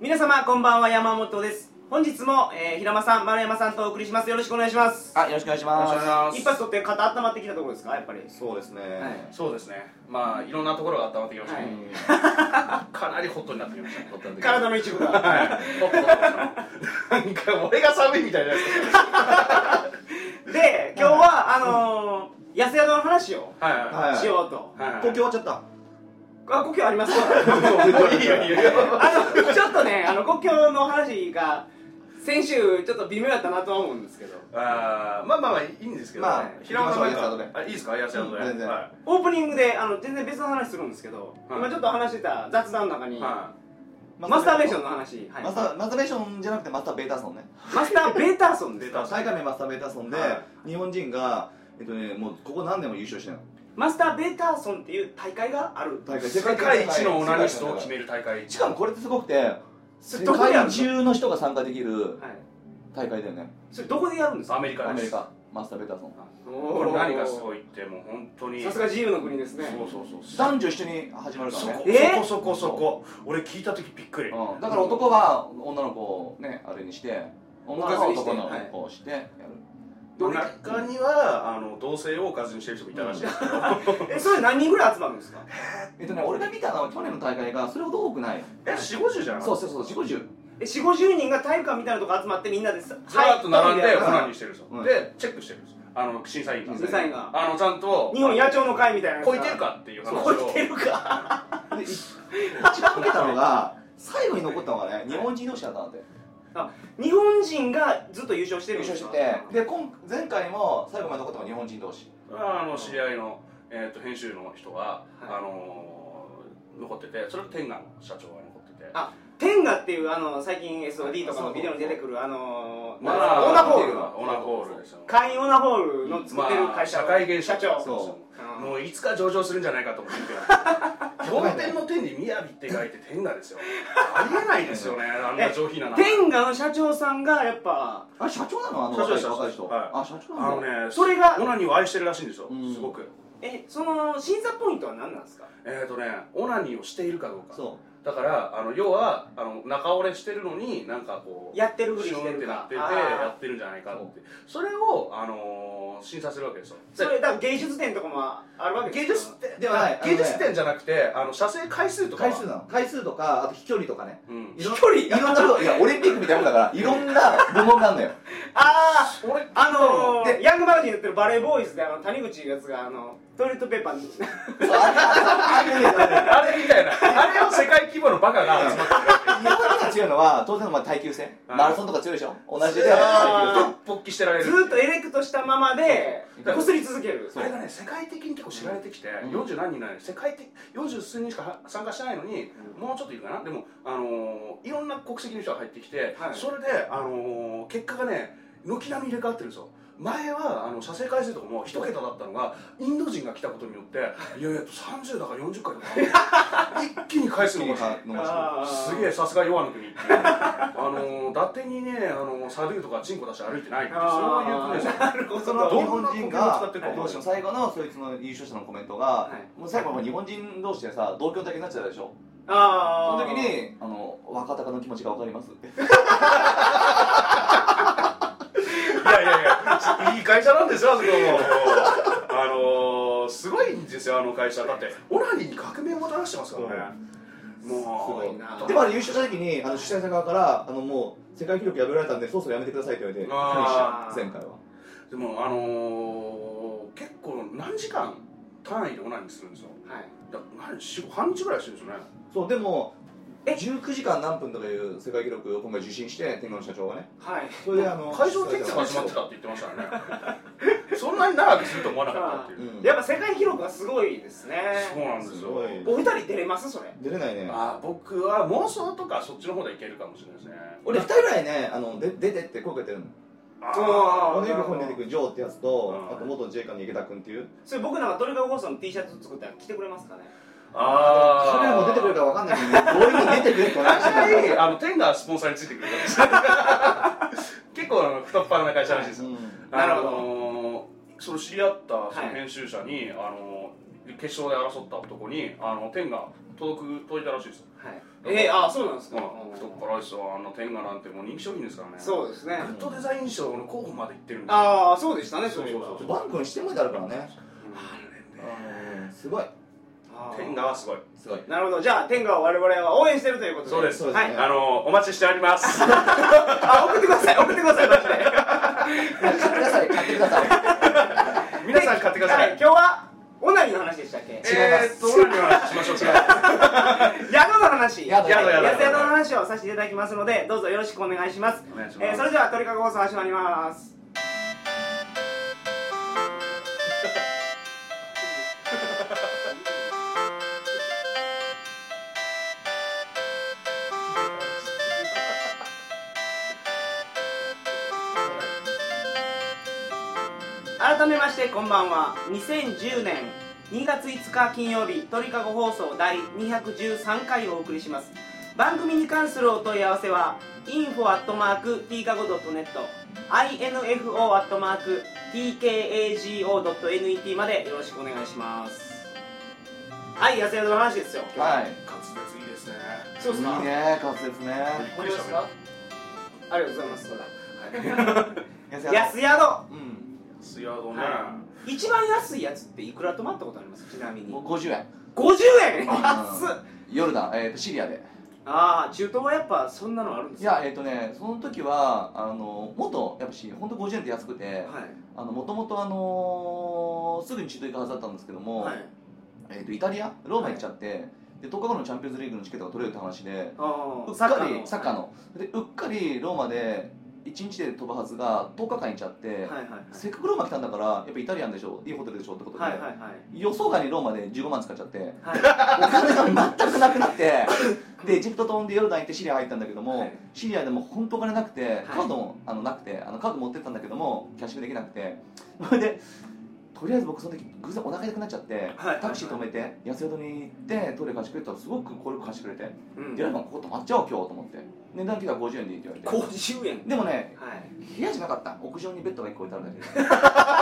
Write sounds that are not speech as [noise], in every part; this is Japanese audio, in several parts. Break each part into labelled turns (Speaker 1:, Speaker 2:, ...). Speaker 1: 皆様こんばんは山本です本日も、えー、平間さん丸山さんとお送りしますよろしくお願いします
Speaker 2: あ、よろしくお願いします。
Speaker 1: 一発取って肩温まってきたところですかやっぱり
Speaker 3: そうですね、
Speaker 1: はい
Speaker 4: そうですねまあいろんなところが温まってきました
Speaker 1: は
Speaker 4: ね、
Speaker 1: い
Speaker 4: [laughs] かなりホットになってきましたね
Speaker 1: 体の一部が
Speaker 4: ホットになってきました
Speaker 3: な
Speaker 4: [laughs]
Speaker 3: んか俺が寒いみたいなやつ
Speaker 1: で今日はあのー、安宿の話を
Speaker 4: はい
Speaker 3: はい
Speaker 1: しようと、
Speaker 4: はいはい
Speaker 3: 故郷終わっちゃった
Speaker 1: あ故郷あります [laughs]
Speaker 3: いいよいいよいいよ
Speaker 1: あのちょっとねあの故郷の話が先週ちょっと微妙だったなとは思うんですけど
Speaker 4: あーまあまあまあいいんですけど、
Speaker 3: まあ
Speaker 4: 平間さん
Speaker 3: 行きましょう
Speaker 4: なんかあいいですか安田で、
Speaker 3: うん全然
Speaker 4: は
Speaker 1: オープニングであの全然別の話するんですけど、
Speaker 4: はい
Speaker 1: 今ちょっと話してた雑談の中
Speaker 4: い
Speaker 1: に、
Speaker 4: は
Speaker 1: マスターベーションの話、はい
Speaker 3: マスターマスターベーションじゃなくてマスターベータソンね
Speaker 1: マスターベーターソン
Speaker 4: い、
Speaker 1: で
Speaker 4: デ
Speaker 1: す
Speaker 4: ータ
Speaker 3: 大会名マスターベータソンで、
Speaker 4: は
Speaker 3: 日本人がえっとねもうここ何年も優勝してない
Speaker 1: マスターベーターソンっていう大会がある
Speaker 3: 大会
Speaker 4: 世界一のオナニストを決
Speaker 3: る
Speaker 4: める大会
Speaker 3: しかもこれってすごくて
Speaker 1: そ
Speaker 3: 世
Speaker 1: れどこでやる
Speaker 3: 界
Speaker 1: の
Speaker 3: 中の人が参加できる
Speaker 1: はい
Speaker 3: 大会だよね
Speaker 1: それどこでやるんですか
Speaker 4: アメリカです
Speaker 3: アメリカマスターベータソン
Speaker 4: これ何がすごいってもう本当に
Speaker 1: さすが自由の国ですね
Speaker 4: そうそうそうそう
Speaker 3: 男女一緒に始まるから
Speaker 4: そこ
Speaker 3: ね
Speaker 1: えー
Speaker 4: そこそこそこ俺聞いた時びっくり、
Speaker 3: うん、だから男は女の子をねあれにして女の子は男の子をしてやる、
Speaker 4: まあ中にはあの同性をおかずにしてる人もいたらしいですけど、
Speaker 1: [laughs] えそれ何人ぐらい集まるんですか
Speaker 3: えっとね俺が見たのは去年の大会がそれほど多くない
Speaker 4: え四五十じゃなか
Speaker 3: そ
Speaker 4: っ
Speaker 3: うそうそう4 5 0
Speaker 1: え四五十人が体育館みたいなとこ集まってみんなでさ
Speaker 4: たずらっと並んで
Speaker 1: はい
Speaker 4: オナニーしてるんですよ、
Speaker 3: うん
Speaker 4: でチェックしてるんですよあの審査員が
Speaker 1: 審査員が
Speaker 4: あのちゃんと
Speaker 1: 日本野鳥の会みたいなやつが
Speaker 4: こいてるかっていう話を
Speaker 1: こいてるか
Speaker 3: でい一番受けたのが最後に残ったのがね日本人同士だったんだって
Speaker 1: 日本人がずっと優勝して
Speaker 3: 優
Speaker 1: るんで
Speaker 3: 勝
Speaker 1: す
Speaker 3: して
Speaker 1: か
Speaker 3: てで今前回も最後まで残ったのが日本人同士
Speaker 4: あの知り合いの、えー、と編集の人が、
Speaker 1: い
Speaker 4: あのー残っててそれと天眼の社長が残ってて
Speaker 1: あ天下っていうあの最近 SOD とかのビデオに出てくるあのー
Speaker 4: ま
Speaker 1: なん
Speaker 4: あ
Speaker 1: オーナホール
Speaker 4: オーナーホールですよ
Speaker 1: 会員オーナホールの作ってる
Speaker 4: まあ
Speaker 1: 会社
Speaker 4: 社
Speaker 1: の
Speaker 4: 会現象
Speaker 1: 社長
Speaker 4: そううんもういつか上場するんじゃないかと思ってる
Speaker 1: [laughs]
Speaker 4: 仰天の天に雅って書いて天下ですよありえないですよ
Speaker 1: [laughs]
Speaker 4: ねあんな上品な名前
Speaker 1: 天下の社長さんがやっぱ
Speaker 3: あれ社長なのあの
Speaker 4: 社長
Speaker 3: 若
Speaker 4: で
Speaker 3: い
Speaker 4: す
Speaker 3: 人若い人、
Speaker 4: はい
Speaker 3: あ社長
Speaker 4: あ
Speaker 3: な
Speaker 4: の
Speaker 3: んだ
Speaker 4: ね
Speaker 1: それが
Speaker 4: オナニーを愛してるらしいんですよ
Speaker 3: うん
Speaker 4: すごく
Speaker 1: えその審査ポイントは何なんですか
Speaker 4: えっ、とねオナニーをしているかどうか
Speaker 3: そ
Speaker 4: だからあの要はあの仲折れしてるのになんかこう
Speaker 1: やってるふり
Speaker 4: シ
Speaker 1: して
Speaker 4: ュンっ
Speaker 1: る
Speaker 4: てなっ
Speaker 1: か
Speaker 4: てて
Speaker 1: あ
Speaker 4: やってるんじゃないかってそれを、あのー審査するわけですよ
Speaker 1: ー
Speaker 4: で
Speaker 1: それだから芸術展とかもあるわけ
Speaker 4: 芸
Speaker 1: です
Speaker 4: 術
Speaker 1: か
Speaker 4: 点ではない、
Speaker 3: はいあのね
Speaker 4: 芸術点じゃなくてあの射精回数
Speaker 3: う
Speaker 4: とかは
Speaker 3: 回数なの回数とかあと飛距離とかね
Speaker 4: うん
Speaker 3: いろん
Speaker 1: 飛距離
Speaker 3: いろんなこといやオリンピックみたいなもんだからいろんな部門があるのよ
Speaker 1: あ
Speaker 4: 俺
Speaker 1: ああのー
Speaker 3: で
Speaker 1: ヤングマガジンやってるバレーボーイズであの谷口いうやつがあのトイレットペー
Speaker 4: [laughs]
Speaker 1: パーに
Speaker 3: そうあれあれあれあれ
Speaker 4: あれみたいなあれを世界規模のバカが集まってる
Speaker 3: 日本人が強いのは当然まあ耐久戦
Speaker 4: うん
Speaker 3: マラソンとか強いでしょ同じで
Speaker 1: そうあー
Speaker 4: ずっと勃起してられる
Speaker 1: ずーっとエレクトしたままで
Speaker 4: そう
Speaker 1: こすり続ける
Speaker 4: それがね世界的に結構知られてきて、
Speaker 3: ん
Speaker 4: 40何人なのに世界的40数人しかは参加してないのに、もうちょっといるかなでも、あのーいろんな国籍の人が入ってきて、
Speaker 1: はい
Speaker 4: それで、あのー結果がね軒並み入れ替わってるんですよ前はあの射精回数とかも一桁だったのがインド人が来たことによっていやいや30だから40回とか一気に回数伸ばした
Speaker 3: 伸
Speaker 1: あー
Speaker 4: すげえさすが弱の国っていうあのー伊達にね、あのーサルーとかチンコ出して歩いてないってそういう国
Speaker 1: あ
Speaker 4: ですよ
Speaker 1: ーなるほ
Speaker 3: そ
Speaker 1: ど
Speaker 3: の日
Speaker 4: どん
Speaker 3: 本
Speaker 4: な
Speaker 3: 人
Speaker 4: 国を使ってるか
Speaker 3: が
Speaker 4: わかんない
Speaker 3: どうしても最後のそいつの優勝者のコメントが、
Speaker 1: い
Speaker 3: もう最後は日本人同士でさ同居だけになっちゃったでしょそ
Speaker 1: あ
Speaker 3: の
Speaker 1: あ
Speaker 3: 時にあの若鷹の気持ちが分かりますって
Speaker 4: いやいやいや、いい会社なんですよ、あそこも。あのー、すごいんですよ、あの会社。だって、オナニーに革命をもたらしてますからね。もう、
Speaker 1: すごいな
Speaker 3: でもあれ優勝した時にあの主催者側からあのもう世界記録破られたんでそろそろやめてくださいって言われて
Speaker 4: あ
Speaker 1: ー
Speaker 3: 前回は
Speaker 4: でも、あのー、結構何時間単位でオナニーするんですよ。
Speaker 1: はい
Speaker 4: だ何四五半日ぐらいしてるんですよね。
Speaker 3: そうでも
Speaker 1: え
Speaker 3: 19時間何分とかいう世界記録を今回受信して天狗の社長がね
Speaker 1: はい
Speaker 3: それであの
Speaker 4: 会場転換始まってたって言ってましたからね。 [laughs] そんなに長くすると思わなかったっていう。
Speaker 3: うん
Speaker 1: やっぱ世界記録はすごいですね
Speaker 4: そうなんです
Speaker 3: す
Speaker 4: よ
Speaker 3: ご。い
Speaker 1: お二人出れますそれ
Speaker 3: 出れないね
Speaker 4: あー僕は妄想とかそっちの方でいけるかもしれないですね。
Speaker 3: 俺2人ぐらいねあので出てって声かけてるの
Speaker 4: あ
Speaker 1: あー
Speaker 4: ー
Speaker 3: あのよく本に出てくるジョーってやつと
Speaker 4: うん
Speaker 3: あと元自衛官の池田君っていう
Speaker 1: それ僕なんかトリガー放送の T シャツ作ったら着てくれますかね
Speaker 4: あー。
Speaker 3: 彼らも出てくるかわかんないけどね強引に出てくれって言われて
Speaker 4: 確
Speaker 3: た
Speaker 4: かにあの天がスポンサーについてくれたんです結構あの太っ腹な会社らしいですよ、
Speaker 3: うん
Speaker 1: なるほど
Speaker 4: あのーその知り合ったそ
Speaker 1: は
Speaker 4: の
Speaker 1: い
Speaker 4: 編集者に、あのー決勝で争った男にあの天が届く届いたらしいですよ、
Speaker 1: はい、えー、あそうなんですか、
Speaker 4: うん、太っ腹ですよあの天がなんてもう人気商品ですからねう
Speaker 1: そうですね
Speaker 4: グッドデザイン賞の候補までいってるんですよ
Speaker 1: ああそうでしたねそれ
Speaker 4: そう
Speaker 1: は
Speaker 4: そうそう
Speaker 3: バン君してもいてあるからね
Speaker 4: あ
Speaker 3: うんすごい
Speaker 1: あー
Speaker 4: れね天がはすごい
Speaker 3: すごい
Speaker 1: なるほどじゃあ天下を我々は応援してるということで
Speaker 4: そうです
Speaker 3: そうですね
Speaker 1: はい、
Speaker 4: あのお待ちしております
Speaker 1: あ送ってください送ってくださいマジで
Speaker 3: 買ってください買ってください
Speaker 4: 皆さん買ってくださ
Speaker 1: はい
Speaker 4: い、
Speaker 1: 今日はオナニーの話でしたっ
Speaker 4: [laughs]
Speaker 1: け
Speaker 3: す
Speaker 4: えーっと何の話しましょう違
Speaker 1: 宿の
Speaker 4: う
Speaker 1: 話
Speaker 3: 宿宿宿
Speaker 1: はい安宿の話をさせていただきますのでどうぞよろしくお願いします
Speaker 4: お願いします
Speaker 1: えーそれでは鳥かご放送始まります改めましてこんばんは2010年2月5日金曜日鳥かご放送第213回をお送りします番組に関するお問い合わせは info.tkago.net info.tkago.net までよろしくお願いしますはい安宿の話ですよ
Speaker 3: はい
Speaker 4: 滑舌いいですね
Speaker 1: そうですか
Speaker 3: いいね滑舌ね
Speaker 1: 本当ですかありがとうございます
Speaker 3: 安
Speaker 1: 安宿
Speaker 3: うん
Speaker 4: スヤドね、
Speaker 1: は一番安いやつっていくら泊まったことありますちなみに
Speaker 3: もう50円
Speaker 1: 50円安っ
Speaker 3: 夜だえーとシリアで
Speaker 1: ああ中東はやっぱそんなのあるんで
Speaker 3: い
Speaker 1: すか
Speaker 3: やえっ、とねその時はあの元やっぱし本当50円って安くて
Speaker 1: はい
Speaker 3: あの元々あのすぐに中東行くはずだったんですけども、
Speaker 1: はい
Speaker 3: えっ、とイタリアローマ行っちゃって、で10日後のチャンピオンズリーグのチケットが取れるって話で
Speaker 1: あ
Speaker 3: う
Speaker 1: あ
Speaker 3: っかりサッカーのでうっかりローマで1日で飛ぶはずが10日間行っちゃって、
Speaker 1: はいはいはい
Speaker 3: せっかくローマ来たんだからやっぱイタリアンでしょいいホテルでしょってことで、
Speaker 1: はいはいはい
Speaker 3: 予想外にローマで15万使っちゃって
Speaker 1: はい
Speaker 3: お金が全くなくな
Speaker 1: [laughs]
Speaker 3: ってでエジプト飛んでヨルダン行ってシリア入ったんだけども、
Speaker 1: はい
Speaker 3: シリアでも本当お金なくて、カードもあのなくてあのカード持ってったんだけどもキャッシングできなくてそれでとりあえず僕その時偶然お腹痛くなっちゃって、
Speaker 1: はい
Speaker 3: タクシー止めて安宿に行ってトイレ貸してくれたらすごく快く貸してくれて
Speaker 1: うん
Speaker 3: で、やっぱここ泊まっちゃおう今日と思って値段が50円でいい [laughs] って言われて
Speaker 1: 50円
Speaker 3: でもね
Speaker 1: はい
Speaker 3: 部屋じゃなかった屋上にベッドが1個置いてあるだけで
Speaker 1: [laughs]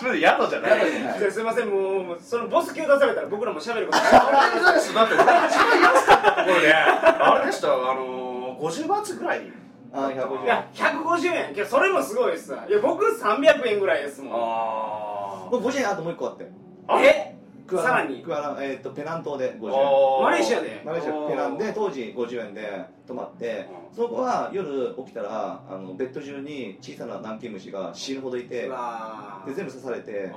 Speaker 4: それで宿じゃない
Speaker 3: 宿じゃない
Speaker 1: じゃあすいませんもうもうそのボス級出されたら僕らも喋ることない
Speaker 4: あれですだって俺が一番安かったところであれでしたあのー、50バーツぐらい
Speaker 3: あ150円
Speaker 1: いや150円いやそれもすごいですわいや僕300円ぐらいですもん
Speaker 4: あ
Speaker 3: もう50円あともう1個あって
Speaker 4: あ
Speaker 1: え
Speaker 3: クアラ
Speaker 1: さらに
Speaker 3: クアラ、えー、とペナン島で50円
Speaker 1: マ
Speaker 4: マ
Speaker 1: レーシアで
Speaker 3: マレーシアペナンで当時50円で泊まって
Speaker 4: うん
Speaker 3: そこは夜起きたらあのベッド中に小さな南京虫が死ぬほどいて
Speaker 1: うわ
Speaker 3: で全部刺されて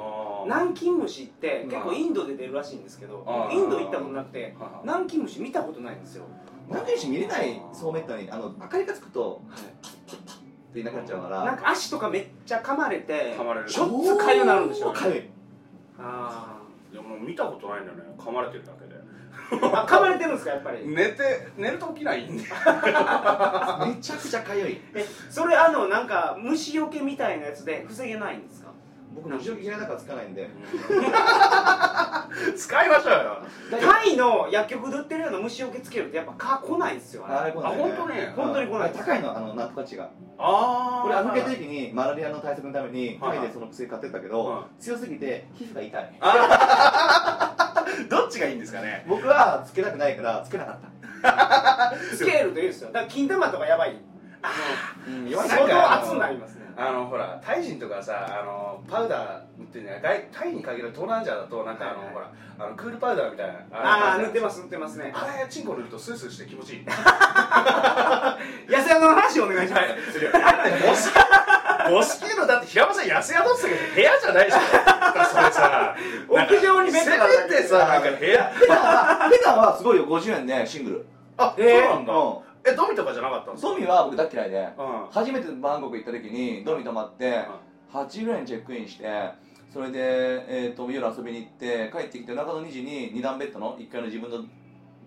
Speaker 4: な
Speaker 1: 南京虫って結構インドで出るらしいんですけど
Speaker 4: あー
Speaker 1: インド行ったことなくて南京虫見たことないんですよ
Speaker 3: 南京虫見れないそうめったにあの明かりがつくとっていなくなっちゃうか
Speaker 1: なん
Speaker 3: ら
Speaker 1: か足とかめっちゃ噛まれて
Speaker 4: 噛まれる
Speaker 1: ちょっとかゆなるんでしょ
Speaker 3: かゆい
Speaker 1: あ
Speaker 4: でも見たことないんだよね噛まれてるだけで
Speaker 1: ーあ噛まれてるんですかやっぱり
Speaker 4: 寝て寝ると起きない [laughs] んで
Speaker 3: めちゃくちゃかゆい
Speaker 1: えそれあのなんか虫除けみたいなやつで防げないんですか
Speaker 3: 僕虫除け嫌いだからつかないんで
Speaker 4: 使いましょうよ
Speaker 1: タイの薬局で売ってるような虫除けつけるってやっぱ蚊来ないんですよあれ
Speaker 3: れ来ないよ
Speaker 4: あ本当ね
Speaker 1: 本当に来ない
Speaker 3: うん高いのあのなんとか値が
Speaker 4: あ
Speaker 3: これ預けた時にマラリアの対策のために
Speaker 4: は
Speaker 3: タ
Speaker 4: い
Speaker 3: イでその薬買ってったけ
Speaker 4: は
Speaker 3: ど強すぎて皮膚が痛い
Speaker 4: どっちがいいんですかね
Speaker 3: 僕はつけたくないからつけなかった
Speaker 1: つけるといいですよだから金玉とかやばい
Speaker 3: う
Speaker 1: 相
Speaker 3: ん弱い
Speaker 4: なんか
Speaker 1: 当熱になりますね
Speaker 4: あのほらタイ人とかさあのパウダー売ってるじゃないタイに限る東南アジアだとなんかあの、
Speaker 1: はいはい
Speaker 4: ほらあのクールパウダーみたいな
Speaker 1: ああ塗って
Speaker 4: す
Speaker 1: ます塗ってますね
Speaker 4: あれチンコ塗るとスースーして気持ちいい
Speaker 1: 痩せ屋の話お願いします
Speaker 4: するよだってボスボスキーのだって平間さん安宿って言ってたけど部屋じゃないじゃんそれさ
Speaker 1: 屋上にベッドがあるだ
Speaker 4: せ
Speaker 1: け
Speaker 4: めてさなんか部屋
Speaker 3: 普段は普段はすごいよ50円でシングル
Speaker 4: あ、
Speaker 1: え
Speaker 4: そう
Speaker 1: ー
Speaker 4: なんだ
Speaker 3: う
Speaker 4: えドミとかじゃなかったん
Speaker 3: ん
Speaker 4: ですか
Speaker 3: ソミは僕大嫌いで
Speaker 4: うん
Speaker 3: 初めてバンコク行った時にドミ泊まって8時ぐらいにチェックインしてそれで、えー、と夜遊びに行って帰ってきて中の2時に2段ベッドの1階の自分の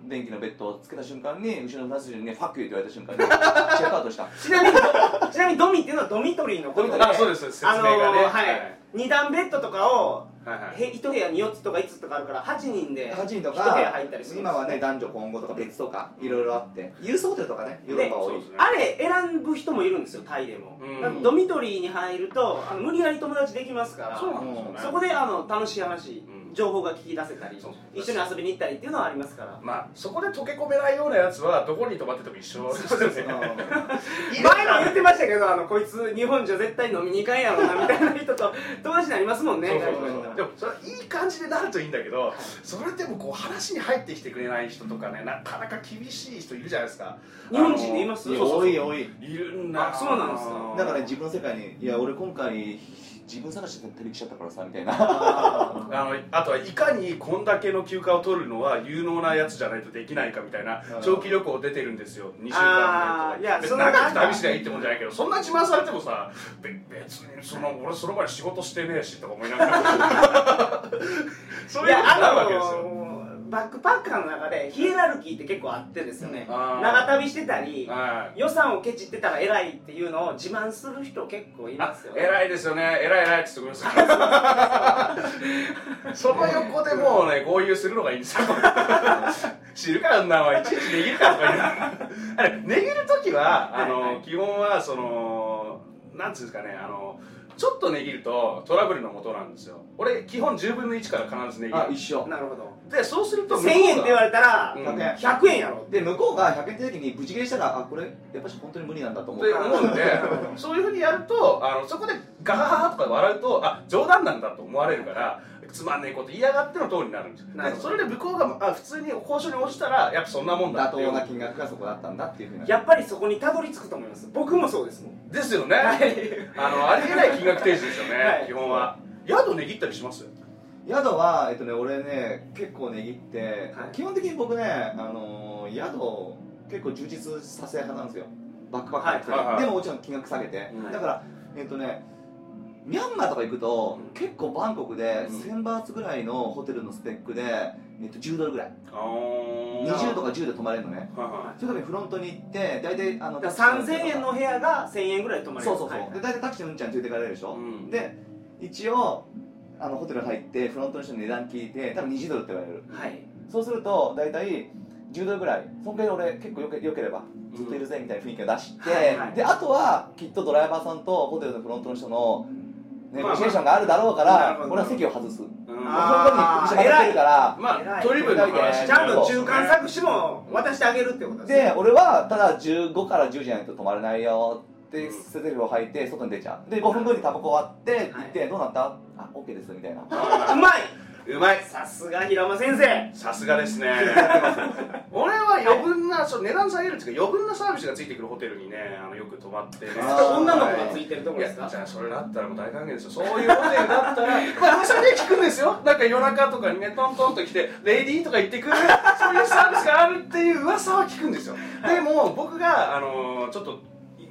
Speaker 3: 電気のベッドをつけた瞬間に後ろのフランス人に「ファックユー」って言われた瞬間にチェックアウトした
Speaker 1: ちなみにちなみにドミっていうのはドミトリーのことで
Speaker 4: あそうですそうです
Speaker 1: あのー
Speaker 4: 説明がね
Speaker 1: はい二段ベッドとかを
Speaker 4: はいはい
Speaker 1: へ一部屋に4つとか5つとかあるから8人で
Speaker 3: 8人と
Speaker 1: 一部
Speaker 3: か
Speaker 1: 屋入ったりするんです
Speaker 3: 今はね男女混合とか別とかいろいろあってユースホテルとかねヨーロッパは多
Speaker 4: そう
Speaker 3: い
Speaker 4: ですね
Speaker 1: あれ選ぶ人もいるんですよタイでも
Speaker 4: うん
Speaker 1: だからドミトリーに入るとあの無理やり友達できますから
Speaker 4: そうなんですよね
Speaker 1: そこであの楽しい話
Speaker 4: うん
Speaker 1: 情報が聞き出せたり
Speaker 4: そう
Speaker 1: 一緒に遊びに行ったりっていうのはありますから
Speaker 4: まあそこで溶け込めないようなやつはどこに泊まってても一緒ですよね
Speaker 1: [laughs] 前も言ってましたけどあのこいつ日本じゃ絶対飲みに行かんやろなみたいな人
Speaker 4: [laughs]
Speaker 1: と友達になりますもんね
Speaker 4: そうそうそう
Speaker 1: 外
Speaker 4: で
Speaker 1: 国
Speaker 4: もそれいい感じでなるといいんだけどそれでもこう話に入ってきてくれない人とかねなかなか厳しい人いるじゃないですか
Speaker 1: 日本人でいます
Speaker 4: あの
Speaker 1: そうそう
Speaker 3: 多い多い
Speaker 4: いるんだ
Speaker 1: あそうなんですか
Speaker 3: だから自分世界に「いや俺今回自分探して出てきちゃったからさ」みたいな
Speaker 4: あのあとはいかにこんだけの休暇を取るのは有能なやつじゃないとできないかみたいな
Speaker 3: うん
Speaker 4: 長期旅行出てるんですよ2週
Speaker 1: あー
Speaker 4: 間ね
Speaker 1: いや
Speaker 4: 別
Speaker 1: そ
Speaker 4: に
Speaker 1: んな
Speaker 4: 長く旅しりゃいいってもんじゃないけどそんな自慢されてもさべ別にその俺その前仕事してねえしとか思いながら
Speaker 1: [laughs]
Speaker 4: そう
Speaker 1: い
Speaker 4: いう
Speaker 1: や
Speaker 4: ことになるわ
Speaker 1: あ
Speaker 4: けですよ
Speaker 1: のバックパッカーの中でヒエラルキーって結構あってですよね
Speaker 4: あー
Speaker 1: 長旅してたり
Speaker 4: はい
Speaker 1: 予算をケチってたら偉いっていうのを自慢する人結構いま
Speaker 4: あ
Speaker 1: すよね
Speaker 4: 偉いですよね偉い偉いって言ってくれますその横でもうね合流するのがいいんですよ知るかあんなのはいちいち値切るかとか言うあれ値切る時はあの、
Speaker 1: はいはい
Speaker 4: 基本はそのなんつうんですかねあのちょっと値切るとトラブルの元なんですよ俺基本10分の1から必ず値
Speaker 3: [laughs]
Speaker 4: 切
Speaker 3: あ
Speaker 4: る
Speaker 3: 一緒
Speaker 1: なるほど
Speaker 4: でそうすると
Speaker 1: 1000円って言わ
Speaker 4: れ
Speaker 1: れたら
Speaker 4: うん
Speaker 3: 100円
Speaker 1: 100円やろ
Speaker 3: で向こうが100円って時にブチ切れしたらあこれやっぱし本当に無理なんだと思う
Speaker 4: って思うんでそういうふうにやるとあのそこでガハハハとか笑うとあ冗談なんだと思われるからつまんねえこと言いやがっての通りになるんですよ
Speaker 1: なるほど
Speaker 4: それで向こうがあ普通に交渉に応じたらやっぱそんなもんだ
Speaker 3: 妥
Speaker 4: っていう
Speaker 3: 当な金額がそこだったんだっていうふうな
Speaker 1: やっぱりそこにたどり着くと思います僕もそうですもん
Speaker 4: ですよね、
Speaker 1: はい
Speaker 4: あのありえない金額提示ですよね、
Speaker 1: はい
Speaker 4: 基本は宿値切ったりします
Speaker 3: 宿は、えっとね、俺ね結構値切って、
Speaker 1: はい
Speaker 3: 基本的に僕ね、あのー宿を結構充実させる派なんですよバックパッカーって、
Speaker 4: はいはいはい
Speaker 3: でももちろん金額下げて、
Speaker 4: うん
Speaker 3: だからえっとねミャンマーとか行くと、
Speaker 4: うん
Speaker 3: 結構バンコクで、
Speaker 4: うん
Speaker 3: 1000バーツぐらいのホテルのスペックで、えっと、10ドルぐらい
Speaker 4: あー
Speaker 3: 20とか10で泊まれるのね
Speaker 4: はいは
Speaker 3: それでフロントに行って大体あの
Speaker 1: だから3000円の部屋が1000円ぐらい泊まれる
Speaker 3: そうそうそう、
Speaker 1: はい
Speaker 3: で大体タクシーのうんちゃんに連れてかれるでしょ、
Speaker 4: うん
Speaker 3: で一応あのホテル入ってフロントの人に値段聞いて多分20ドルって言われる
Speaker 1: はい
Speaker 3: そうすると大体10ドルぐらいそんぐらい俺結構よけよければずっといるぜみたいな雰囲気を出して、
Speaker 1: はいはい
Speaker 3: であとはきっとドライバーさんとホテルのフロントの人のネ
Speaker 4: まあまあ
Speaker 3: ゴシエーションがあるだろうか
Speaker 1: なる
Speaker 3: ら
Speaker 1: ほど
Speaker 3: 俺は席を外す
Speaker 4: うん
Speaker 1: あー
Speaker 3: その時に一緒にってるから
Speaker 4: ま
Speaker 1: 偉
Speaker 4: あ
Speaker 1: い
Speaker 4: 取り分の話
Speaker 1: ちゃんと中間作詞も渡してあげるってことですね
Speaker 3: で俺はただ15から10じゃないと泊まれないよってセテルを吐いて外に出ちゃうで5分後にタバコ終わって行って、どうなったあオッケーですみたいな
Speaker 1: うまいう
Speaker 4: まい
Speaker 1: さすが平間先生
Speaker 4: さすがですね [laughs] 俺は余分なそう値段下げるっていうか余分なサービスがついてくるホテルにねあのよく泊まってね
Speaker 3: あー
Speaker 1: 女の子がついてるとこ
Speaker 4: い
Speaker 1: で
Speaker 4: や
Speaker 1: す
Speaker 4: じ
Speaker 1: か
Speaker 4: ゃあそれだったらもう大歓迎ですよそういうホテルだったら [laughs] まあ噂では聞くんですよなんか夜中とかにねトントンと来て「レディー」とか言ってくるそういうサービスがあるっていう噂は聞くんですよでも僕があのーちょっと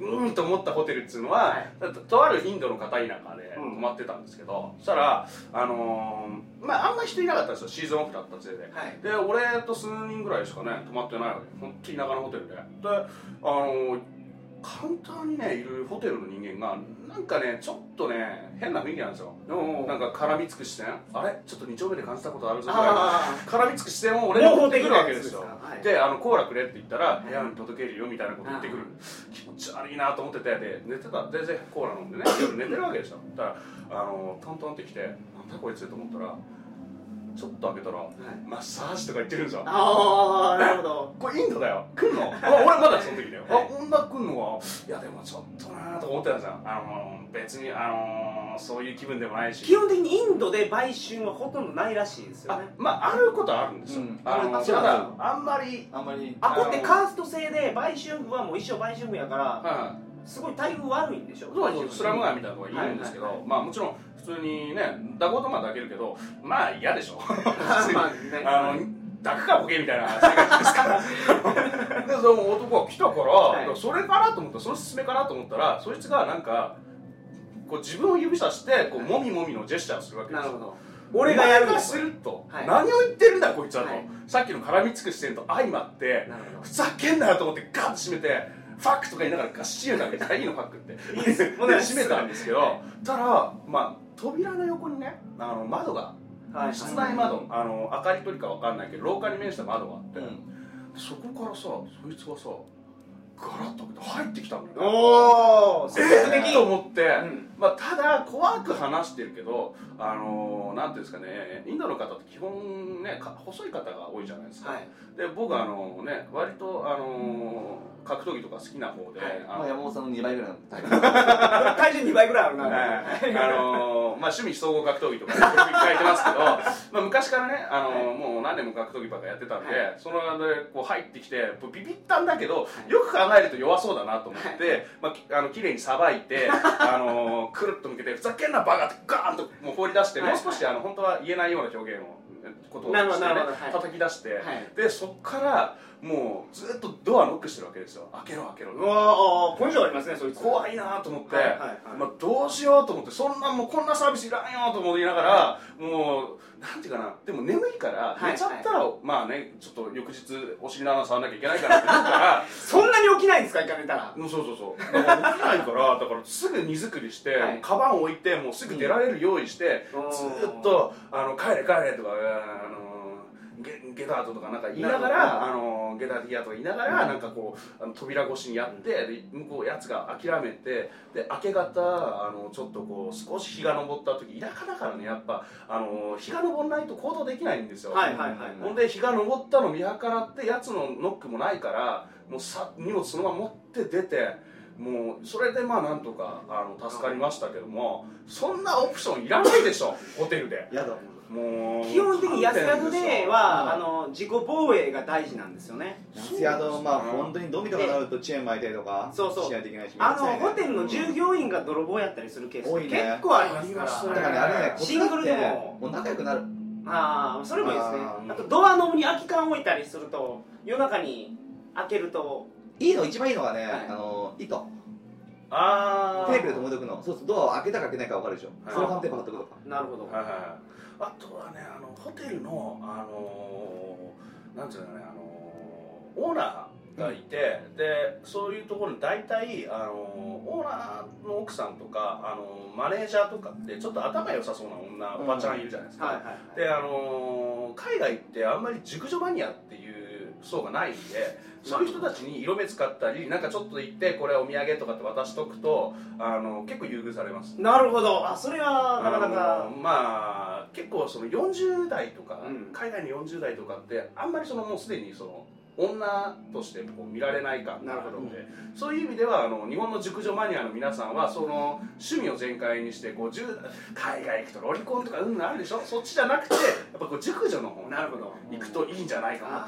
Speaker 4: うーんと思ったホテルっつうのは、
Speaker 1: はい
Speaker 4: ととあるインドの片田舎で泊
Speaker 1: うん
Speaker 4: まってたんですけど、そしたらあのーまああんま人いなかったんですよシーズンオフだったせいで、
Speaker 1: はい
Speaker 4: で俺と数人ぐらいしかね泊まってないわけ本当に田舎のホテルでであのカウンターにねいるホテルの人間がなんかねちょっとね変な雰囲気なんですよ
Speaker 1: おう
Speaker 4: なんか絡みつく視線あれちょっと2丁目で感じたことあるぞみたいな
Speaker 1: あ
Speaker 4: 絡みつく視線を俺に持ってくるわけですよ
Speaker 1: 合法的なやつですか
Speaker 4: であのコーラくれって言ったら
Speaker 1: い
Speaker 4: 部屋に届けるよみたいなこと言ってくる
Speaker 1: あ
Speaker 4: 気持ち悪いなと思っててで寝てた全然コーラ飲
Speaker 1: [coughs]
Speaker 4: んでね夜寝てるわけでしょだからあのトントンって来てなんだこいつと思ったらちょっと開けたら
Speaker 1: ーはい
Speaker 4: マッサージとか言ってるんですよ
Speaker 1: あーなるほど
Speaker 4: これインドだよ来んのあ俺まだその時だよあ女来んのはいやでもちょっとなーとか思ってたんですよあのー別にあのーそういう気分でもないし
Speaker 1: 基本的にインドで売春はほとんどないらしいですよ
Speaker 4: あ
Speaker 1: ね
Speaker 4: まああることはあるんですよ、
Speaker 3: うん
Speaker 4: あの
Speaker 3: あ
Speaker 4: ー
Speaker 3: そう
Speaker 4: た
Speaker 3: なん
Speaker 4: だ
Speaker 3: です
Speaker 4: あんまり
Speaker 3: あんまり
Speaker 1: あこってカースト制で売春婦はもう一生売春婦やから
Speaker 4: は
Speaker 1: すごい待遇悪いんでしょ
Speaker 4: いそうですスラム街みたいなとこにいるんですけど、
Speaker 1: はいはい
Speaker 4: まあもちろん普通にね抱こうとまあ抱けるけどまあ嫌でしょ普通
Speaker 1: [laughs]
Speaker 4: に
Speaker 1: まあね
Speaker 4: あの抱くかボケみたいな世界ですから [laughs] でその男が来たから、
Speaker 1: はい
Speaker 4: それかなと思ったその勧めかなと思ったらそいつがなんかこう自分を指さしてこうもみもみのジェスチャーをするわけで
Speaker 1: な
Speaker 4: す
Speaker 1: る
Speaker 4: よ
Speaker 1: ほど俺がやるん
Speaker 4: お前
Speaker 1: だ
Speaker 4: がすると、
Speaker 1: はい
Speaker 4: 何を言ってるんだこいつはと、
Speaker 1: はい
Speaker 4: さっきの絡みつく視線と相まって
Speaker 1: なるほ
Speaker 4: ふざけんなよと思ってガッと閉めてファックとか言いながらガッシュ投げていいのファックって
Speaker 1: いいですもうね
Speaker 4: 閉めたんですけど、
Speaker 1: は
Speaker 4: たらまあ扉の横にねあの窓が
Speaker 1: どはい
Speaker 4: 室内窓あの明かり取りかわかんないけど廊下に面した窓があって、
Speaker 3: うん
Speaker 4: そこからさそいつがさガラッと開けて入ってきたんだよね
Speaker 1: おお積極
Speaker 4: え
Speaker 1: 的
Speaker 4: ー、と思って、
Speaker 1: ん
Speaker 4: まあ、ただ怖く話してるけど、あのーなんていうんですかねインドの方って基本ねか細い方が多いじゃないですか、
Speaker 1: はい
Speaker 4: で僕はあのね割と、あのー格闘技とか好きな方で、
Speaker 1: はい
Speaker 3: ま
Speaker 4: あの
Speaker 3: あ、山本さんの2倍ぐらいのタ
Speaker 1: [laughs]
Speaker 3: イプ
Speaker 1: 体重2倍ぐらいあるな
Speaker 4: はいあのーまあ、趣味総合格闘技とかよく書いてますけど、まあ、昔からね、あのーもう何年も格闘技ばっかやってたんで、
Speaker 1: は
Speaker 4: その間でこう入ってきてビビったんだけどよく考えると弱そうだなと思って、まあ、きあの綺麗にさばい
Speaker 1: [laughs]
Speaker 4: て、あのーくるっと向けてふざけんなバカってガーンともう放り出して、
Speaker 1: はい
Speaker 4: もう少しあの本当は言えないような表現をことを
Speaker 1: なるほ
Speaker 4: し
Speaker 1: ど
Speaker 4: て、
Speaker 1: な
Speaker 4: ね
Speaker 1: るほどはい
Speaker 4: 叩き出して、
Speaker 1: はい
Speaker 4: でそっからもうずっとドアノックしてるわけですよ開けろ開けろ
Speaker 1: うわー根性ありますねそいつ
Speaker 4: 怖いなと思って、
Speaker 1: はいはいはい
Speaker 4: まあ、どうしようと思ってそんなもうこんなサービスいらんよと思いながら、もうなんていうかなでも眠いから
Speaker 1: はい
Speaker 4: 寝ちゃったら、まあねちょっと翌日お尻の穴触んなきゃいけないからって思うから
Speaker 1: そんなに起きないんですか行かれたら
Speaker 4: うんそうそうそうだから起きないからだからすぐ荷造りして、
Speaker 1: はい
Speaker 4: カバン置いてもうすぐ出られる用意して、
Speaker 1: うん
Speaker 4: ずーっと「あの帰れ帰れ」とか「あのゲゲダート」とかなんか言いながら「あのゲダーティア」とか言いながら、なんかこうあの扉越しにやってで向こうやつが諦めてで明け方あのちょっとこう少し日が昇った時田舎だからねやっぱあの日が昇らないと行動できないんですよ。
Speaker 1: はいはいはい
Speaker 4: ほんで日が昇ったの見計らってやつのノックもないからもうさ荷物そのまま持って出てもうそれでまあなんとかあの助かりましたけどもそんなオプションいらないでしょホテルで
Speaker 3: やだ
Speaker 4: もう
Speaker 1: 基本的に安宿ではあ
Speaker 4: の
Speaker 1: の自己防衛が大事なんですよね
Speaker 3: 夏宿まあ本当にドミとかなるとチェーン巻いたりとか
Speaker 1: そうそう
Speaker 3: しないといけないし
Speaker 1: あのホテル
Speaker 3: ル
Speaker 1: の従業員が泥棒やったりするケース
Speaker 3: 多い
Speaker 1: 結
Speaker 3: ね
Speaker 1: 構ありますか
Speaker 4: あります
Speaker 1: ら
Speaker 4: ね
Speaker 3: だからあれね
Speaker 1: シングルでも
Speaker 3: こっちだってもう仲良くなる
Speaker 1: ああそれもいいですね
Speaker 3: あ
Speaker 1: あ
Speaker 4: ー
Speaker 1: とドアノブに空き缶置いたりすると夜中に開けると
Speaker 3: いいの一番いいのがね、
Speaker 1: はい
Speaker 3: あの糸
Speaker 4: あ
Speaker 3: テープで留
Speaker 4: と
Speaker 3: めとくのそうするとドアを開けたか開けないか分かるでしょ、
Speaker 4: はい
Speaker 3: その反テープ貼っとくとか
Speaker 1: なるほど
Speaker 4: はいはいはいあとはねあのホテルのあのーなんていうのねあのーオーナーがいて、でそういうところに大体あのーオーナーの奥さんとかあのーマネージャーとかってちょっと頭良さそうな女おばちゃんいるじゃないですか、
Speaker 1: はいはい
Speaker 4: であのー海外ってあんまり熟女マニアっていう層がないんでそういう人たちに色目使ったりなんかちょっと行ってこれお土産とかって渡しとくとあの結構優遇されます
Speaker 1: なるほどあそれはなかな
Speaker 4: あ
Speaker 1: か
Speaker 4: のまあ結構その40代とか、
Speaker 1: うん
Speaker 4: 海外の40代とかってあんまりそのもうすでにその女としてこう見られない感があるのでそういう意味ではあの日本の熟女マニアの皆さんはその趣味を全開にしてこう10海外行くとロリコンとかうんぬんあるでしょそっちじゃなくてやっぱこう熟女の方に
Speaker 1: なるほど
Speaker 4: 行くといいんじゃないかな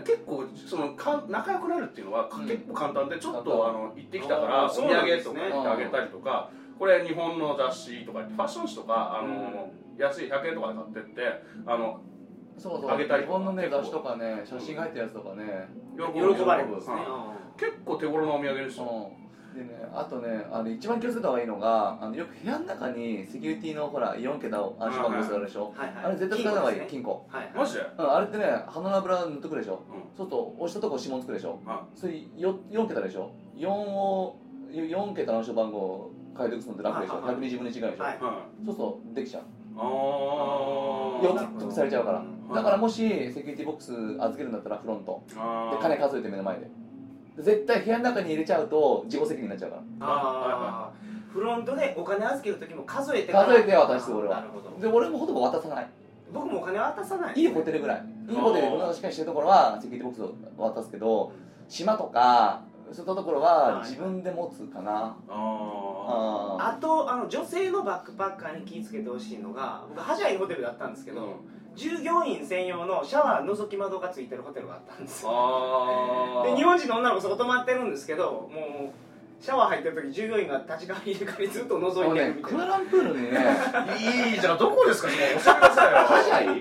Speaker 4: と
Speaker 1: あ。
Speaker 4: 結構そのか仲良くなるっていうのは、か
Speaker 3: うん
Speaker 4: 結構簡単でちょっとあの行ってきたから
Speaker 1: あ
Speaker 4: お
Speaker 1: ー
Speaker 4: 土
Speaker 1: そうなんで
Speaker 4: 産
Speaker 1: す
Speaker 4: とか
Speaker 1: ね
Speaker 4: 行ってあげたりとか、これ日本の雑誌とかファッション誌とかあの、安い100円とかで買ってってあの
Speaker 2: そうそう
Speaker 4: あげたり
Speaker 2: 日
Speaker 4: とか
Speaker 2: 本のね
Speaker 4: 結構
Speaker 2: 雑誌とかね写真入ったやつとかね
Speaker 1: 喜
Speaker 4: ぶ
Speaker 1: ばれるんですね
Speaker 4: うん結構手頃なお土産ですよ、
Speaker 2: うんでねあとねあの一番気をつけた方がいいのがあのよく部屋の中にセキュリティのほら4桁を暗証番号するあるでしょ
Speaker 1: はいはい
Speaker 2: あれ絶対使わない方がいい
Speaker 1: 金
Speaker 2: 金庫
Speaker 1: はいはい
Speaker 4: マジで、
Speaker 2: うんあれってね鼻の油塗っとくでしょ
Speaker 4: う
Speaker 2: そうすると押したとこ指紋つくでしょ
Speaker 4: んは
Speaker 2: それよ4桁でしょ4を4桁の暗証番号を解読するのって楽でしょ
Speaker 1: はいはい
Speaker 2: 120分の1ぐらいでしょ、
Speaker 1: はい
Speaker 4: いはい
Speaker 2: そうするとできちゃう
Speaker 4: あー
Speaker 2: よく得されちゃうから
Speaker 1: うん
Speaker 2: だからもしセキュリティボックス預けるんだったらフロント
Speaker 4: あ
Speaker 2: で
Speaker 4: ー
Speaker 2: 金数えて目の前でで絶対部屋の中に入れちゃうと自己責任になっちゃうから
Speaker 1: ああフロントでお金預ける時も数えて
Speaker 2: 数えて渡す俺は
Speaker 1: なるほど
Speaker 2: で俺もほとんど渡さない
Speaker 1: 僕もお金渡さない
Speaker 2: いいホテルぐらいいいホテル
Speaker 4: あー
Speaker 2: 確かにしてるところはセキュリティボックスを渡すけど島とかそういったところは
Speaker 1: はい
Speaker 2: 自分で持つかな
Speaker 4: あ
Speaker 2: あ
Speaker 1: あとあの女性のバックパッカーに気をつけてほしいのが僕ハジャイのホテルだったんですけ
Speaker 4: ー
Speaker 1: ど、従業員専用のシャワー覗き窓がついてるホテルがあったんですよ
Speaker 4: あ
Speaker 1: で
Speaker 4: ー
Speaker 1: 日本人の女の子そこ泊まってるんですけどもうシャワー入ってる時従業員が立ち替わり入れ替わりずっと
Speaker 2: あ
Speaker 1: 覗
Speaker 2: の
Speaker 1: いて
Speaker 2: ね
Speaker 1: るみたい
Speaker 2: クア
Speaker 1: な
Speaker 2: ランプールにね
Speaker 4: いいじゃんどこですかもう教えてくださいよ
Speaker 2: ハジャイ
Speaker 1: ハ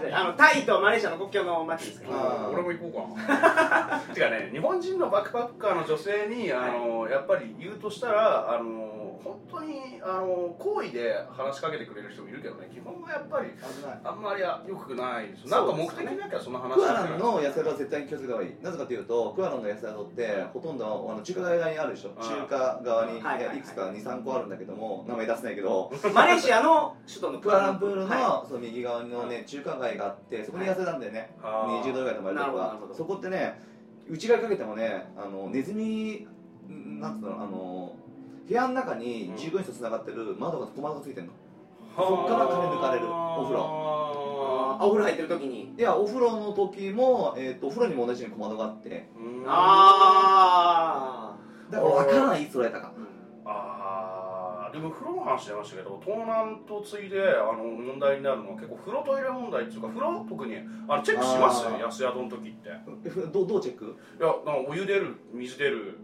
Speaker 1: ジャイあのタイとマレーシアの国境の街ですけど
Speaker 3: あー
Speaker 4: 俺も行こうかな [laughs] てかね日本人のバックパッカーの女性にあの、やっぱり言うとしたらあの本当にあの好意で話しかけてくれる人もいるけどね基本はやっぱり
Speaker 3: 危ない
Speaker 4: あんまりよくないです
Speaker 1: そう
Speaker 4: なんか目的なきゃそんな話
Speaker 3: クア
Speaker 4: は
Speaker 3: ラ
Speaker 4: しない
Speaker 3: ンの安宿は絶対に気をつけた方がいいなぜかというとクアランの安宿ってほとんどあの中華街側にあるでしょ
Speaker 4: あー
Speaker 3: 中華側にい
Speaker 1: はいはいは
Speaker 3: や
Speaker 1: い
Speaker 3: いくつか23個あるんだけども名前出せないけど
Speaker 1: マレーシアの首都の
Speaker 3: クアランプールの,、
Speaker 1: は
Speaker 3: その右側のね中華街があってそこに痩せたんだよね、
Speaker 4: あー
Speaker 3: 20度ぐらい泊まると
Speaker 1: な
Speaker 3: こ
Speaker 1: るほどなる
Speaker 3: が
Speaker 1: ほど
Speaker 3: そこってね内側にかけてもねあのネズミんなんつうのあの部屋の中に従業員とつながってる窓が小窓がついてるのそっから金抜かれるお風呂
Speaker 1: あーお風呂入ってる時に
Speaker 3: いやお風呂の時も、えー、とお風呂にも同じように小窓があって
Speaker 1: あ
Speaker 3: だから分からないいつ捉えたか
Speaker 4: あーでも風呂の話出ましたけど東南と次であの問題になるのは結構風呂トイレ問題っていうか風呂特にあのチェックします
Speaker 3: あー
Speaker 4: 安宿の時っていや
Speaker 3: えふどうどうチェック
Speaker 4: なんかお湯出る水出る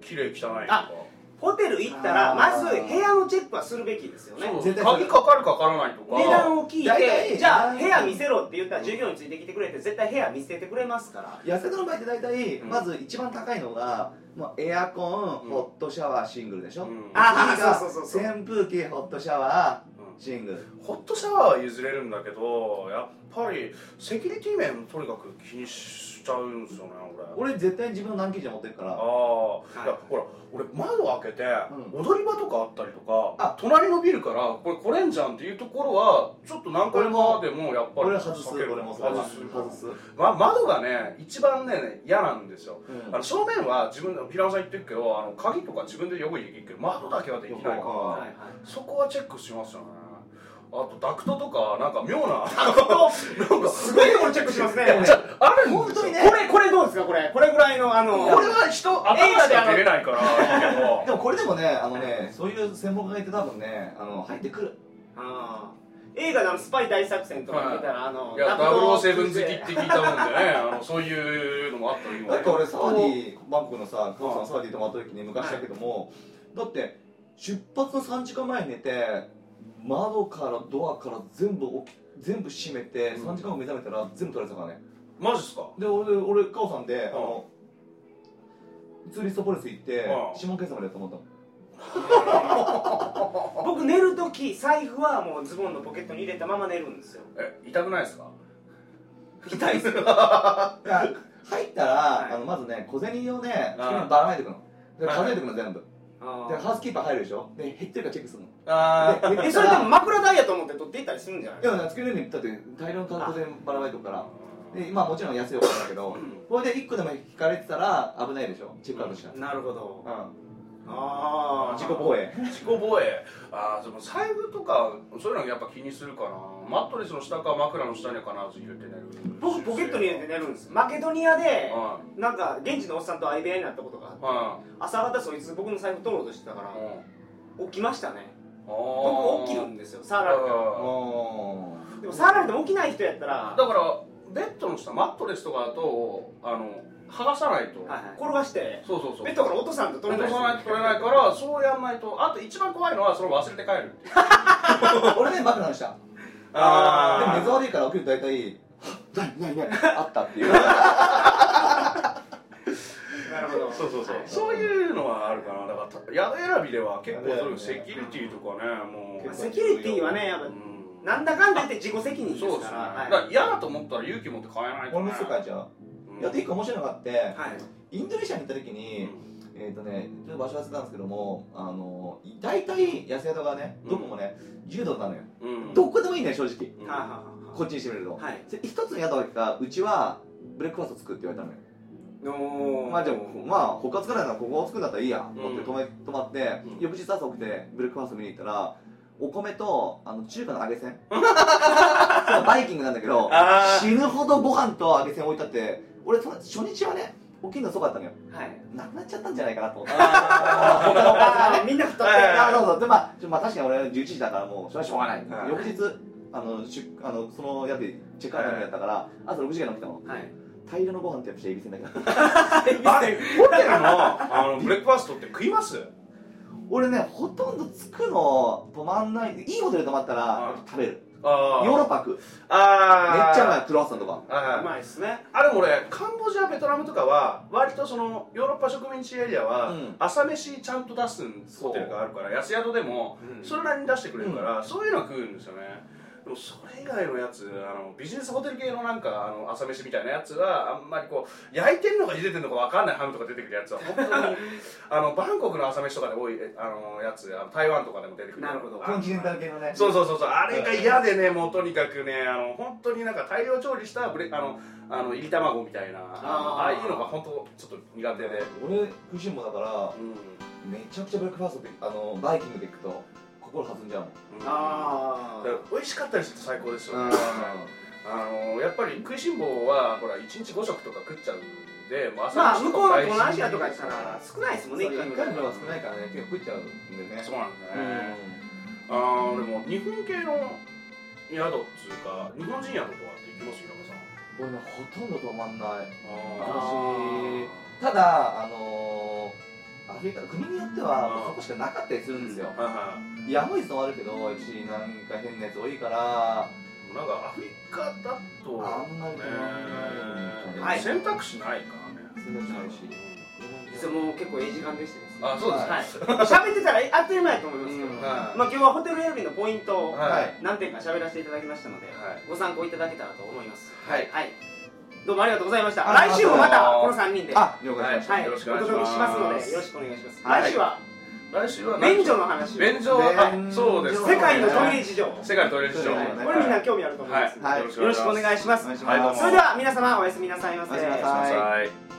Speaker 4: 綺麗汚いとか
Speaker 1: ーホテル行ったら
Speaker 3: あ
Speaker 1: ま
Speaker 3: ー
Speaker 1: ず部屋のチェックはするべきですよね
Speaker 4: そう
Speaker 3: 絶対そう
Speaker 4: 鍵かかるかからないとか
Speaker 1: 値段を聞い
Speaker 3: 大体
Speaker 1: てじゃあ
Speaker 3: 大
Speaker 1: 部
Speaker 3: 体
Speaker 1: 屋見せろって言ったら従業員についてきてくれて絶対部屋見せてくれますから
Speaker 3: 安宿の場合って大体、
Speaker 4: うん
Speaker 3: まず一番高いのが、まあ、エアコン、
Speaker 4: うん
Speaker 3: ホットシャワーシングルでしょ、
Speaker 4: うん
Speaker 1: あー
Speaker 3: 次が
Speaker 1: そうそうそうそう
Speaker 3: 扇風機ホットシャワ
Speaker 4: う
Speaker 3: ーシングル
Speaker 4: んホットシャワーは譲れるんだけどやっぱりセキュリティ面とにかく気にしちゃうんですよね俺
Speaker 3: 俺絶対に自分の何基準持ってるから
Speaker 4: ああ、
Speaker 1: はい
Speaker 4: い、やほら俺窓開けて、
Speaker 3: う
Speaker 4: 踊り場とかあったりとか
Speaker 3: あ
Speaker 4: 隣のビルからこれ来れんじゃんっていうところはちょっと何回かでもやっぱり
Speaker 3: 俺外す
Speaker 4: 避ける
Speaker 3: 俺もそれ
Speaker 4: 外
Speaker 3: は
Speaker 4: す
Speaker 3: 外す、う
Speaker 4: ま、窓がね一番ね嫌なんですよ
Speaker 3: ん
Speaker 4: あの正面は自分で平野さん言ってるけどあの鍵とか自分でよくできるけど窓だけはできないから、
Speaker 3: 横
Speaker 1: はいはい
Speaker 4: そこはチェックしますよねあとダクトとかなんか妙ななんか
Speaker 1: すごいところチェックしますね
Speaker 4: いや [laughs] じゃああるんですよ
Speaker 1: これこれどうですかこれこれぐらいのあの
Speaker 4: これは人頭しか出れないからいいけど
Speaker 3: でもこれでもねあのねそういう専門家がいて多分ねあの入ってくる
Speaker 1: あー映画のあのスパイ大作戦とか見たら、あの
Speaker 4: いや、
Speaker 1: ダブル
Speaker 4: 007好きって聞いたもんでね、あのそういうのもあったりも
Speaker 3: だって俺サワディバンコクのさ母さんサワディ泊まった時に昔だけども、だって出発の3時間前に寝て窓からドアから全部起き全部閉めて
Speaker 4: うん
Speaker 3: 3時間後目覚めたら全部取られてたからね
Speaker 4: マジっすか
Speaker 3: で俺俺カオさんであのツーリストポリス行って
Speaker 4: うん
Speaker 3: 指紋検査までやと思ったの
Speaker 1: 僕寝るとき財布はもうズボンのポケットに入れたまま寝るんですよ
Speaker 4: え、痛くないっすか
Speaker 3: 痛いっすよい [laughs] や入ったら、
Speaker 1: はい
Speaker 3: あのまずね小銭をね
Speaker 4: あー
Speaker 3: 君にばらまいてくので
Speaker 4: はい
Speaker 3: 数えてくの全部
Speaker 1: あ
Speaker 3: でハウスキーパー入るでしょで減ってるかチェックするの
Speaker 4: [laughs] あ
Speaker 3: で減って
Speaker 1: え
Speaker 3: た
Speaker 1: そ
Speaker 3: ら
Speaker 1: れでも枕代やと思って取っていったりするんじゃない
Speaker 3: いや作れるにだって大量の格好でばらまいとくからでまあもちろん安いお金だけどこれで1個でも引かれてたら危ないでしょチェックアウトしたら、
Speaker 1: なるほど
Speaker 3: うん
Speaker 1: ああ
Speaker 3: 自己防衛
Speaker 4: 自己防衛ああ、でも財布とか、そういうのやっぱ気にするかなマットレスの下か枕の下には必ず入れて寝る
Speaker 1: 僕ポケットに入れて寝るんですマケドニアで
Speaker 4: は
Speaker 1: なんか現地のおっさんと相部屋になったことがあっ
Speaker 4: い
Speaker 1: て
Speaker 4: は
Speaker 1: 朝方そいつ僕の財布取ろうとしてたから
Speaker 4: いうん
Speaker 1: 起きましたね
Speaker 4: あー
Speaker 1: 僕起きるんですよ触られても
Speaker 4: うん
Speaker 3: お
Speaker 1: でも触られても起きない人やったら
Speaker 4: だから、ベッドの下、マットレスとかだとあの、剥がさないと
Speaker 1: はいはい転がして
Speaker 4: そうそうそう
Speaker 1: ベッドから落とさんと取
Speaker 4: 取
Speaker 1: れ
Speaker 4: り
Speaker 1: ない
Speaker 4: 戻さないと取れないからそうやんないとあと一番怖いのはそれを忘れて帰るっていう
Speaker 3: ー俺ね枕の下
Speaker 1: あー
Speaker 3: でも寝相悪いから起きると大体「ないないないあった」っていう
Speaker 1: なるほど
Speaker 4: そうそうそう
Speaker 1: はい
Speaker 4: そういうのはあるかなだからた宿選びでは結構そういうセキュリティとかねも
Speaker 1: まあ
Speaker 4: う
Speaker 1: セキュリティはねやっぱ
Speaker 4: うん
Speaker 1: なんだかんだ言って自己責任ですか
Speaker 4: そうですねだ
Speaker 1: ら
Speaker 4: から嫌だと思ったら勇気持って買えないと
Speaker 3: 俺
Speaker 4: ね
Speaker 3: もすぐ変えちゃう
Speaker 4: うん
Speaker 3: いやで1個面白いのがあって
Speaker 1: はいはい
Speaker 3: インドネシアに行った時
Speaker 4: う
Speaker 3: に、
Speaker 4: ん
Speaker 3: えっ、とね、ちょっと場所忘れたんですけども、あのー、大体、安宿がね、どこもね、10ドルなのよ。
Speaker 4: うん
Speaker 3: どこでもいいね、正直。
Speaker 4: うん
Speaker 1: はい
Speaker 3: こっちにしてみると。
Speaker 1: はいはい
Speaker 3: で一つの宿だけが、うちは、ブレックファースト作って言われたのよ。
Speaker 1: の
Speaker 3: まあでも、まあ、他作らないならここを作るんだったらいいや、と思って
Speaker 4: うん
Speaker 3: 泊め泊まって、
Speaker 4: うん
Speaker 3: 翌日朝起きて、ブレックファースト見に行ったら、お米と、あの、中華の揚げ
Speaker 4: [laughs]
Speaker 3: せバイキングなんだけど、
Speaker 4: あ
Speaker 3: 死ぬほどご飯と揚げせ置いてあって、俺、その初日はね、起きるのそばだったのよ。
Speaker 1: はい
Speaker 3: なくなっちゃったんじゃないかなと思って。
Speaker 4: [laughs] あ
Speaker 1: あーみんな太って
Speaker 4: はい
Speaker 3: あそうそうでまあちょまあ確かに俺11時だからもうそれはしょうがない、
Speaker 4: はい
Speaker 3: 翌日あのしゅあのそのやつチェックアウトの日やったから、朝6時から起きたの
Speaker 1: はい
Speaker 3: 大量のご飯ってやっぱしエビせんだけど [laughs]
Speaker 4: あれホテルのあのブレックファーストって食います
Speaker 3: 俺ねほとんど着くの泊まんないいいホテル泊まったら
Speaker 4: はい
Speaker 3: やっぱ食べる
Speaker 4: あ
Speaker 3: ヨーロッパ食うめっ
Speaker 4: あー
Speaker 3: ちゃうまいクロワッサンとか
Speaker 4: はいはいう
Speaker 1: まいですね
Speaker 4: あれも俺カンボジアベトナムとかは割とそのヨーロッパ植民地エリアは、
Speaker 3: うん
Speaker 4: 朝飯ちゃんと出すホテルがあるから安宿でもそれなりに出してくれるから、そういうのは食うんですよねでもそれ以外のやつあのビジネスホテル系のなんかあの朝飯みたいなやつはあんまりこう焼いてんのか茹でてんのかわかんないハムとか出てくるやつは本当
Speaker 1: [laughs]
Speaker 4: にあのバンコクの朝飯とかで多いえあのやつあの台湾とかでも出てくる
Speaker 1: なるほど
Speaker 4: あの
Speaker 3: コンチネンタル系のね
Speaker 4: そうそうそうそうあれが嫌でねもうとにかくねあの本当になんか大量調理したブレあのあのいり卵みたいなああ
Speaker 1: あー
Speaker 4: あいうのが本当ちょっと苦手で、
Speaker 3: 俺食いしん坊だから
Speaker 4: うん
Speaker 3: めちゃくちゃブレックファーストってあのバイキングで行くと心弾んじゃうもん
Speaker 1: ああ
Speaker 4: だから美味しかったりすると最高ですよね、
Speaker 3: う
Speaker 4: あのやっぱり食いしん坊はほら1日5食とか食っちゃうんでもう朝
Speaker 1: まあ
Speaker 4: 飯
Speaker 1: 向
Speaker 4: とか
Speaker 1: こうの東
Speaker 4: 大事
Speaker 1: 南アジアとか行ったら少ないですもん
Speaker 3: ん
Speaker 1: ね
Speaker 3: ね
Speaker 1: 一回
Speaker 3: 1
Speaker 1: の
Speaker 3: 回の量は少ないからね結構食っちゃうんでね
Speaker 4: そうなんだ
Speaker 3: う
Speaker 4: ね、あーでも日本系の宿っつうか日本人宿とかって行きますよ平
Speaker 3: ん俺ねほとんど止まんない
Speaker 4: 子
Speaker 1: あ
Speaker 3: た
Speaker 4: さん
Speaker 3: だあのーアフリカ国によってはそこしかなかったりするんですよ、
Speaker 4: はいはい
Speaker 3: やむいつもあるけどうちなんか変なやつ多いから
Speaker 4: なんかアフリカだと
Speaker 3: あんまり
Speaker 4: ね
Speaker 3: 変わんな
Speaker 1: は
Speaker 3: い
Speaker 1: い
Speaker 4: 選択肢ないからね
Speaker 3: そんなしないし
Speaker 1: いつも結構いい時間でしたですね
Speaker 4: あそうですね
Speaker 1: はい喋ってたらあっという間やと思いますけど
Speaker 3: うん
Speaker 1: まあ
Speaker 4: は
Speaker 1: 今日はホテル選びのポイントを
Speaker 4: はい
Speaker 1: 何点か喋らせていただきましたので
Speaker 4: は
Speaker 1: ご参考いただけたらと思います
Speaker 4: はい
Speaker 1: どうもありがとうございました
Speaker 3: あり
Speaker 1: 来
Speaker 3: がと
Speaker 1: 週
Speaker 3: う
Speaker 1: も
Speaker 3: ご
Speaker 1: ま
Speaker 3: ざいます
Speaker 1: たこの3人ではい
Speaker 3: 了
Speaker 4: 解しました
Speaker 1: お
Speaker 4: よろしくお願いし
Speaker 1: 届け
Speaker 4: ます
Speaker 1: しますのでよろしくお願いします
Speaker 3: はい
Speaker 1: 来週は
Speaker 4: 来週は
Speaker 1: 免除の話を
Speaker 4: 便所はあそうです
Speaker 1: 世界のトイレ事情こ
Speaker 4: 世界のトイレ事情
Speaker 3: は
Speaker 1: れ
Speaker 3: い
Speaker 1: みんな興味あると思います
Speaker 3: はい
Speaker 1: よろしくお願いします
Speaker 3: お願いし
Speaker 4: はいどう
Speaker 3: ま
Speaker 4: も
Speaker 3: す
Speaker 1: それでは皆様おやすみなさいませ
Speaker 3: おやすみなさい
Speaker 4: はい